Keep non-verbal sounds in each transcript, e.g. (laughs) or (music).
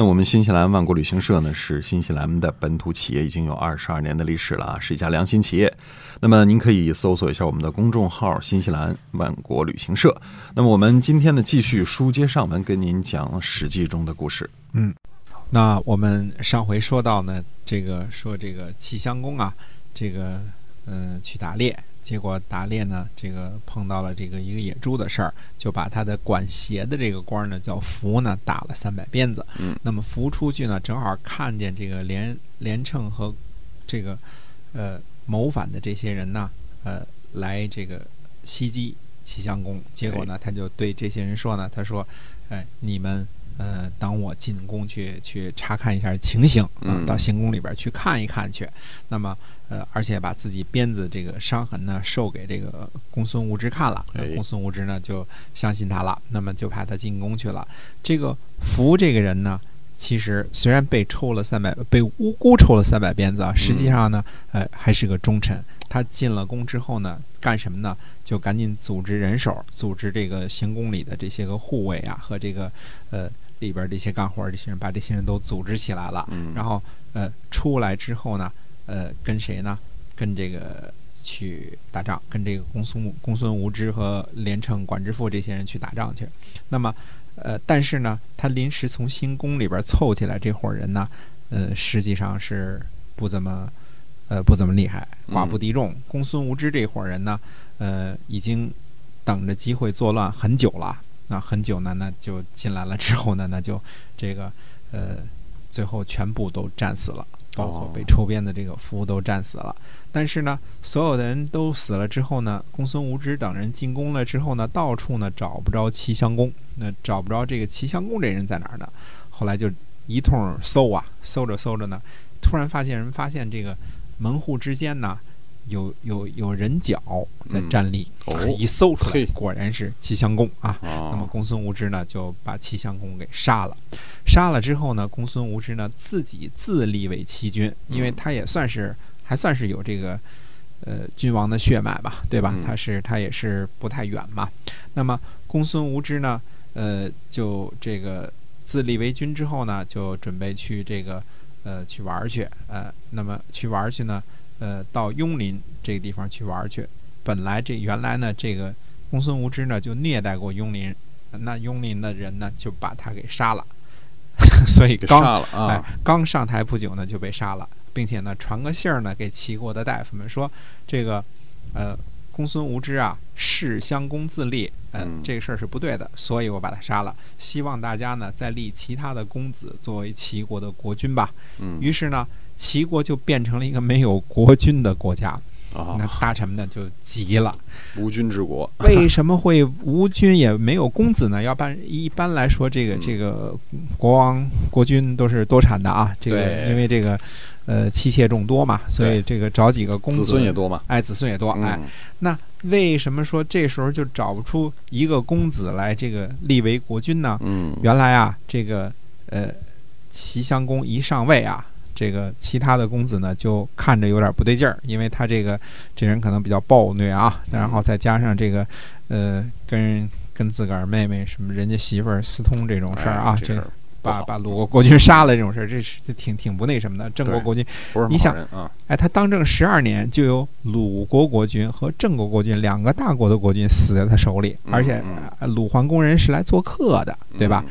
那我们新西兰万国旅行社呢，是新西兰的本土企业，已经有二十二年的历史了啊，是一家良心企业。那么您可以搜索一下我们的公众号“新西兰万国旅行社”。那么我们今天呢，继续书接上文，跟您讲《史记》中的故事。那我们上回说到呢，这个说这个齐襄公啊，这个嗯、呃去打猎，结果打猎呢，这个碰到了这个一个野猪的事儿，就把他的管鞋的这个官儿呢叫符呢打了三百鞭子。嗯，那么符出去呢，正好看见这个连连称和这个呃谋反的这些人呢，呃来这个袭击齐襄公，结果哎呢，他就对这些人说呢，他说，哎，你们。呃，当我进宫去去查看一下情形啊嗯，到行宫里边去看一看去。那么，呃，而且把自己鞭子这个伤痕呢，授给这个公孙无知看了。那哎公孙无知呢就相信他了，那么就派他进宫去了。这个福这个人呢，其实虽然被抽了三百，被无辜抽了三百鞭子啊，实际上呢，呃，还是个忠臣。他进了宫之后呢，干什么呢？就赶紧组织人手，组织这个行宫里的这些个护卫啊，和这个呃里边这些干活儿这些人，把这些人都组织起来了。嗯然后呃出来之后呢，呃跟谁呢？跟这个去打仗，跟这个公孙公孙无知和连城管之父这些人去打仗去。那么呃，但是呢，他临时从新宫里边凑起来这伙人呢，呃，实际上是不怎么呃不怎么厉害，寡不敌众。公孙无知这伙人呢，呃，已经等着机会作乱很久了。那很久呢，那就进来了之后呢，那就这个呃，最后全部都战死了，包括被抽鞭的这个服务都战死了。但是呢，所有的人都死了之后呢，公孙无知等人进宫了之后呢，到处呢找不着齐襄公，那找不着这个齐襄公这人在哪儿呢？后来就一通搜啊，搜着搜着呢，突然发现人发现这个门户之间呢有有有人脚在嗯站立，哦一搜出来嘿果然是齐襄公啊。那么哦，公孙无知呢，就把齐襄公给杀了。杀了之后呢，公孙无知呢自己自立为齐君，因为嗯他也算是还算是有这个呃君王的血脉吧，对吧？嗯他是他也是不太远嘛。那么公孙无知呢，呃，就这个自立为君之后呢，就准备去这个呃去玩儿去，呃，那么去玩儿去呢，呃，到雍林这个地方去玩儿去。本来这原来呢，这个公孙无知呢就虐待过雍林，那雍林的人呢就把他给杀了， (laughs) 所以给刚杀了啊！哎，刚上台不久呢就被杀了，并且呢传个信儿呢给齐国的大夫们说，这个，呃，公孙无知啊恃襄公自立，呃、嗯这个事儿是不对的，所以我把他杀了。希望大家呢再立其他的公子作为齐国的国君吧。嗯，于是呢，齐国就变成了一个没有国君的国家，啊那，大臣们呢就急了。无君之国， (laughs) 为什么会无君也没有公子呢？要不然一般来说，这个嗯这个国王国君都是多产的啊，这个对因为这个呃妻妾众多嘛，所以这个找几个公子，子孙也多嘛。哎，子孙也多，哎，嗯那为什么说这时候就找不出一个公子来这个立为国君呢？嗯，原来啊，这个呃，齐襄公一上位啊，这个其他的公子呢就看着有点不对劲儿，因为他这个这人可能比较暴虐啊，然后再加上这个呃跟跟自个儿妹妹什么人家媳妇儿私通这种事儿啊，哎这事儿不把好把鲁国国君杀了这种事儿，这是这挺挺不那什么的。郑国对国君，不是你什想么好人啊，哎，他当政十二年，就有鲁国国君和郑国国君两个大国的国君死在他手里，嗯而且嗯呃鲁桓公人是来做客的，对吧？？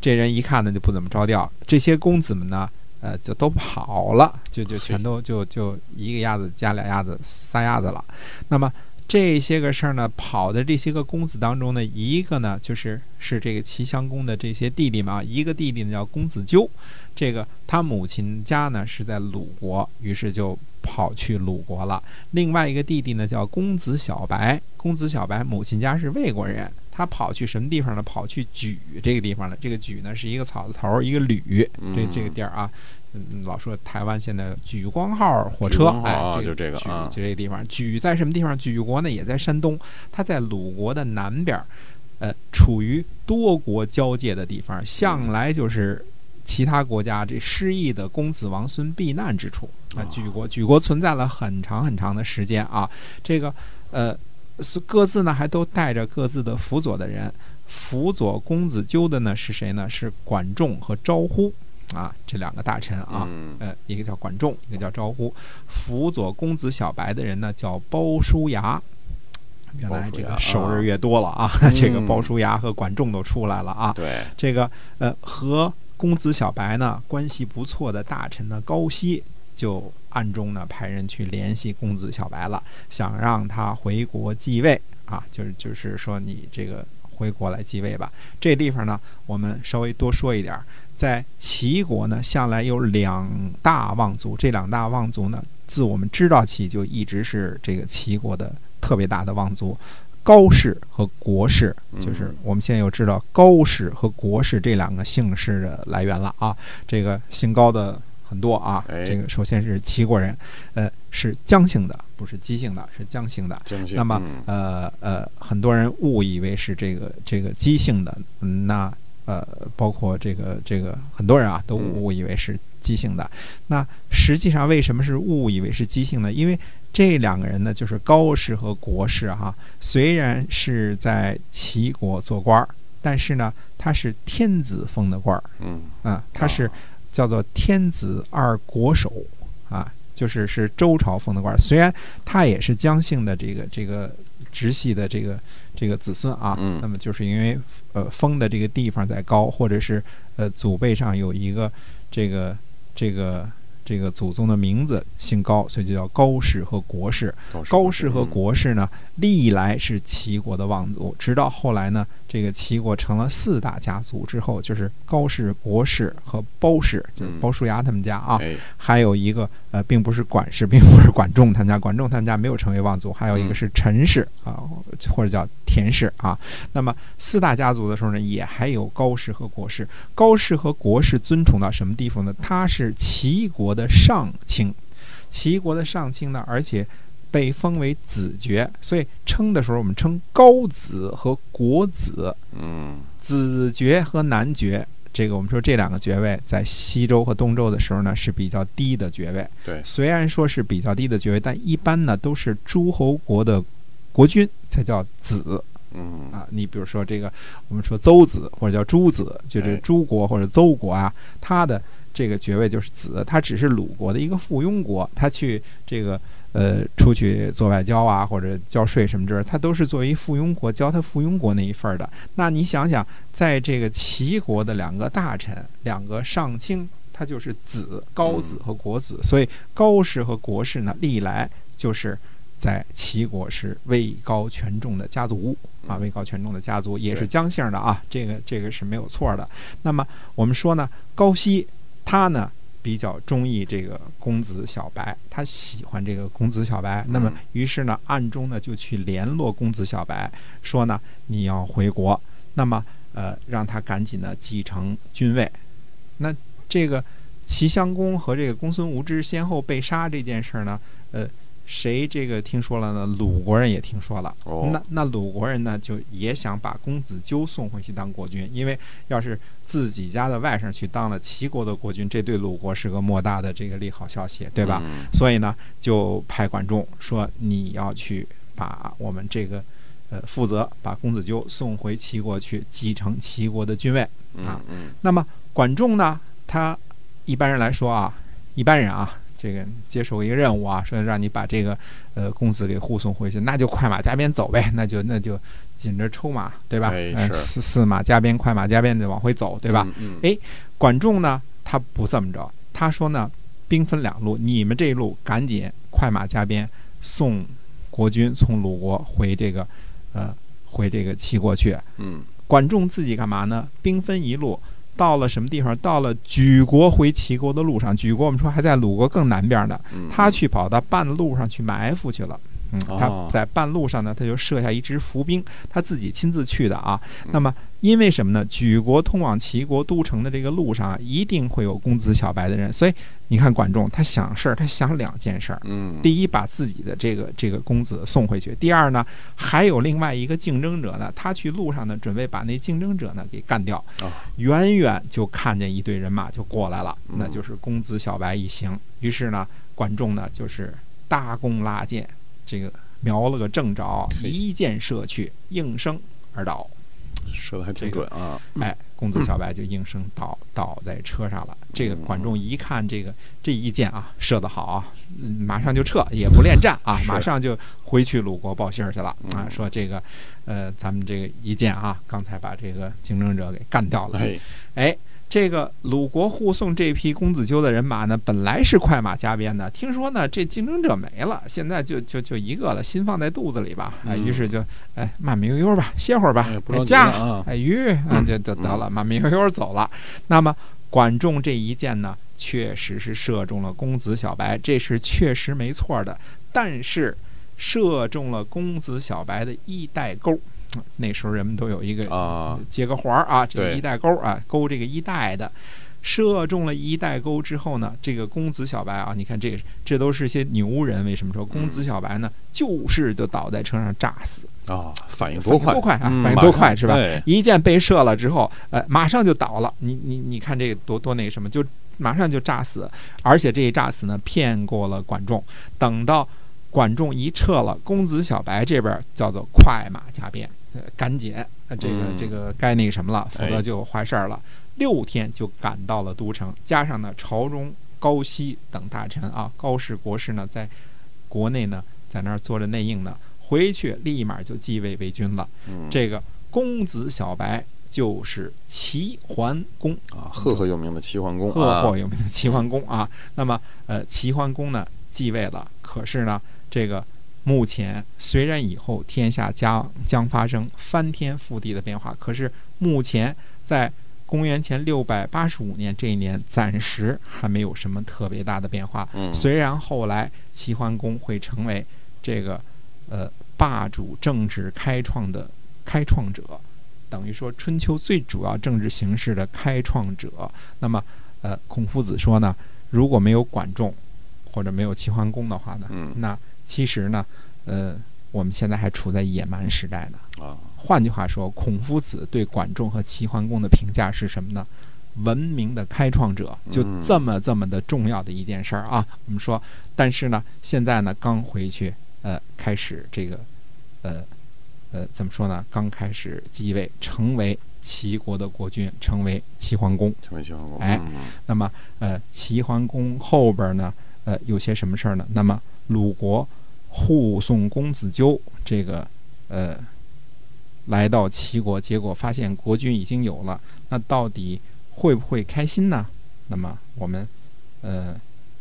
这人一看呢就不怎么着调，这些公子们呢，呃，就都跑了，就就全都就就一个鸭子加俩鸭子仨鸭子了。那么这些个事儿呢，跑的这些个公子当中呢，一个呢就是是这个齐襄公的这些弟弟们啊，一个弟弟呢叫公子纠，这个他母亲家呢是在鲁国，于是就跑去鲁国了。另外一个弟弟呢叫公子小白，公子小白母亲家是魏国人，他跑去什么地方呢？跑去莒这个地方了。这个莒呢是一个草字头儿一个吕，这这个地儿啊，嗯，老说台湾现在莒光号火莒车光，号哎啊，就这这个莒啊就这个地方。莒在什么地方？莒国呢也在山东，它在鲁国的南边儿，呃，处于多国交界的地方，向来就是。其他国家这失意的公子王孙避难之处，啊，莒国莒国存在了很长很长的时间啊，这个呃，是各自呢还都带着各自的辅佐的人。辅佐公子纠的呢是谁呢？是管仲和招呼啊，这两个大臣啊，嗯呃，一个叫管仲，一个叫招呼。辅佐公子小白的人呢叫包叔牙。原来这个包叔牙嗯手日越多了啊， (laughs) 这个包叔牙和管仲都出来了啊。对，这个呃和公子小白呢关系不错的大臣呢高息就暗中呢派人去联系公子小白了，想让他回国继位啊，就是就是说你这个回国来继位吧。这地方呢，我们稍微多说一点儿。在齐国呢，向来有两大望族，这两大望族呢，自我们知道起就一直是这个齐国的特别大的望族，高氏和国氏，就是嗯我们现在又知道高氏和国氏这两个姓氏的来源了啊。这个姓高的很多啊，哎这个首先是齐国人，呃，是姜姓的，不是姬姓的，是姜姓的。正那么呃呃，很多人误以为是这个这个姬姓的，嗯那呃，包括这个这个很多人啊都嗯误以为是姬姓的。那实际上为什么是误以为是姬姓呢？因为这两个人呢，就是高氏和国氏啊哈、虽然是在齐国做官儿，但是呢，他是天子封的官儿，嗯，啊，他是叫做天子二国手啊，就是是周朝封的官儿。虽然他也是姜姓的这个这个直系的这个这个子孙啊，嗯那么就是因为呃封的这个地方在高，或者是呃祖辈上有一个这个这个这个祖宗的名字姓高，所以就叫高氏和国氏。高氏嗯和国氏呢，历来是齐国的望族，直到后来呢，这个齐国成了四大家族之后，就是高氏、国氏和包氏，就是嗯包叔牙他们家啊，哎，还有一个呃，并不是管氏，并不是管仲他们家，管仲他们家没有成为望族，还有一嗯个是陈氏啊、或者叫田氏啊。那么四大家族的时候呢，也还有高氏和国氏。高氏和国氏尊崇到什么地方呢？他是齐国的上卿，齐国的上卿呢，而且。被封为子爵，所以称的时候我们称高子和国子，嗯，子爵和男爵，这个我们说这两个爵位在西周和东周的时候呢是比较低的爵位。对虽然说是比较低的爵位，但一般呢都是诸侯国的国君才叫子嗯，啊。你比如说这个，我们说邹子或者叫诸子，就是哎诸国或者邹国啊，他的这个爵位就是子，他只是鲁国的一个附庸国，他去这个。呃，出去做外交啊，或者交税什么之类，他都是作为附庸国交他附庸国那一份儿的。那你想想，在这个齐国的两个大臣，两个上卿，他就是子高子和国子，所以高氏和国氏呢，历来就是在齐国是位高权重的家族啊，嗯位高权重的家族也对是姜姓的啊，这个这个是没有错的。那么我们说呢，高息他呢比较中意这个公子小白，他喜欢这个公子小白。那么嗯于是呢，暗中呢就去联络公子小白，说呢你要回国，那么呃让他赶紧的继承君位。那这个齐襄公和这个公孙无知先后被杀这件事儿呢，呃，谁这个听说了呢？鲁国人也听说了。哦那那鲁国人呢，就也想把公子纠送回去当国君，因为要是自己家的外甥去当了齐国的国君，这对鲁国是个莫大的这个利好消息，对吧？？所以呢，就派管仲说你要去把我们这个。呃，负责把公子纠送回齐国去继承齐国的君位。嗯啊嗯那么管仲呢，他一般人来说啊，一般人啊，这个接手一个任务啊，说让你把这个呃公子给护送回去，那就快马加鞭走呗，那就那就紧着抽马，对吧？哎呃是四四马加鞭，快马加鞭的往回走，对吧？？嗯，哎管仲呢，他不这么着，他说呢，兵分两路，你们这一路赶紧快马加鞭送国君从鲁国回这个呃回这个齐国去，嗯管仲自己干嘛呢？兵分一路，到了什么地方？到了莒国回齐国的路上，莒国我们说还在鲁国更南边呢，嗯，他去跑到半路上去埋伏去了。嗯，他哦在半路上呢，他就设下一支伏兵，他自己亲自去的啊。嗯那么因为什么呢？举国通往齐国都城的这个路上啊，一定会有公子小白的人，所以你看管仲他想事儿，他想两件事儿。嗯，第一，把自己的这个这个公子送回去；第二呢，还有另外一个竞争者呢，他去路上呢，准备把那竞争者呢给干掉啊。远远就看见一队人马就过来了嗯，那就是公子小白一行。于是呢，管仲呢就是大弓拉箭，这个瞄了个正着，嘿一箭射去，应声而倒。嗯说的还挺这准个啊，哎，公子小白就应声倒倒在车上了。这嗯个管仲一看这个这一箭啊，射得好啊，嗯马上就撤，也不恋战啊，是马上就回去鲁国报信儿去了啊嗯，说这个，呃，咱们这个一箭啊，刚才把这个竞争者给干掉了。哎，哎，这个鲁国护送这匹公子纠的人马呢，本来是快马加鞭的，听说呢这竞争者没了，现在就就就一个了，心放在肚子里吧，啊，嗯于是就哎慢慢悠悠吧，歇会儿吧哎，不着哎急架啊哎鱼，嗯，就就得了，慢慢悠悠走了。那么管仲这一箭呢，确实是射中了公子小白，这是确实没错的，但是射中了公子小白的衣带钩。那时候人们都有一个啊，接个环儿啊，这个对衣带钩啊，勾这个衣带的。射中了衣带钩之后呢，这个公子小白啊，你看这这都是些牛人，为什么说公嗯子小白呢？就是就倒在车上炸死，啊，反应反多应快，多快啊嗯反应多快马上是吧对一箭被射了之后，呃，马上就倒了。你你你看这个多多那什么，就马上就炸死，而且这一炸死呢，骗过了管仲。等到管仲一撤了，公子小白这边叫做快马加鞭，呃，赶紧，呃这个嗯这个该那个什么了，否哎则就有坏事儿了。六天就赶到了都城，加上呢朝中高息等大臣啊，高氏国师呢在国内呢在那儿做着内应呢，回去立马就继位为君了。嗯这个公子小白就是齐桓公，啊，赫赫有名的齐桓公，赫啊赫有名的齐桓公啊。那么，呃，齐桓公呢继位了，可是呢，这个目前虽然以后天下将将发生翻天覆地的变化，可是目前在公元前六百八十五年这一年，暂时还没有什么特别大的变化。嗯，虽然后来齐桓公会成为这个呃霸主政治开创的开创者，等于说春秋最主要政治形式的开创者。那么，呃，孔夫子说呢，如果没有管仲或者没有齐桓公的话呢，嗯那其实呢，呃，我们现在还处在野蛮时代呢。啊，换句话说，孔夫子对管仲和齐桓公的评价是什么呢？文明的开创者，就嗯这么这么的重要的一件事儿啊。我们说，但是呢，现在呢，刚回去，呃，开始这个，呃，呃，怎么说呢？刚开始继位，成为齐国的国君，成为齐桓公。成为齐桓公，哎嗯，那么呃，齐桓公后边呢，呃，有些什么事儿呢？那么鲁国护送公子纠这个呃，来到齐国，结果发现国君已经有了，那到底会不会开心呢？那么我们呃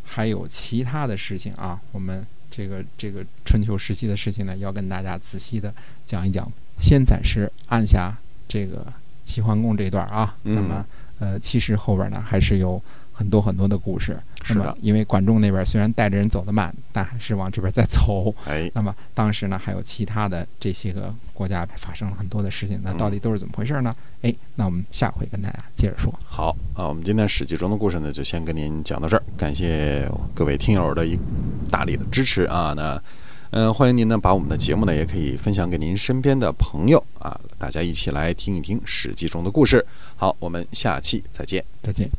还有其他的事情啊，我们这个这个春秋时期的事情呢，要跟大家仔细的讲一讲。先暂时按下这个齐桓公这段啊，嗯那么呃，其实后边呢还是有很多很多的故事。是那的么因为管仲那边虽然带着人走得慢，但还是往这边在走。哎，那么当时呢，还有其他的这些个国家发生了很多的事情，那嗯到底都是怎么回事呢？哎，那我们下回跟大家接着说。好啊，我们今天《史记》中的故事呢，就先跟您讲到这儿，感谢各位听友的一大力的支持啊，那。嗯，欢迎您呢，把我们的节目呢，也可以分享给您身边的朋友啊，大家一起来听一听《史记》中的故事。好，我们下期再见。再见。